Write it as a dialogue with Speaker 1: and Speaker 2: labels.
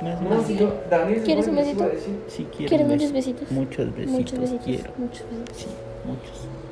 Speaker 1: Más,
Speaker 2: No,
Speaker 1: más.
Speaker 2: si yo, Daniel,
Speaker 3: ¿Quieres
Speaker 2: se
Speaker 3: un
Speaker 2: muere, les iba a
Speaker 3: besito?
Speaker 2: decir.
Speaker 1: Sí, quiero
Speaker 3: ¿Quieres
Speaker 1: un
Speaker 3: muchos
Speaker 1: beso.
Speaker 3: besitos?
Speaker 1: Muchos besitos.
Speaker 3: Muchos besitos.
Speaker 1: Quiero.
Speaker 3: Muchos besitos.
Speaker 1: Sí, muchos.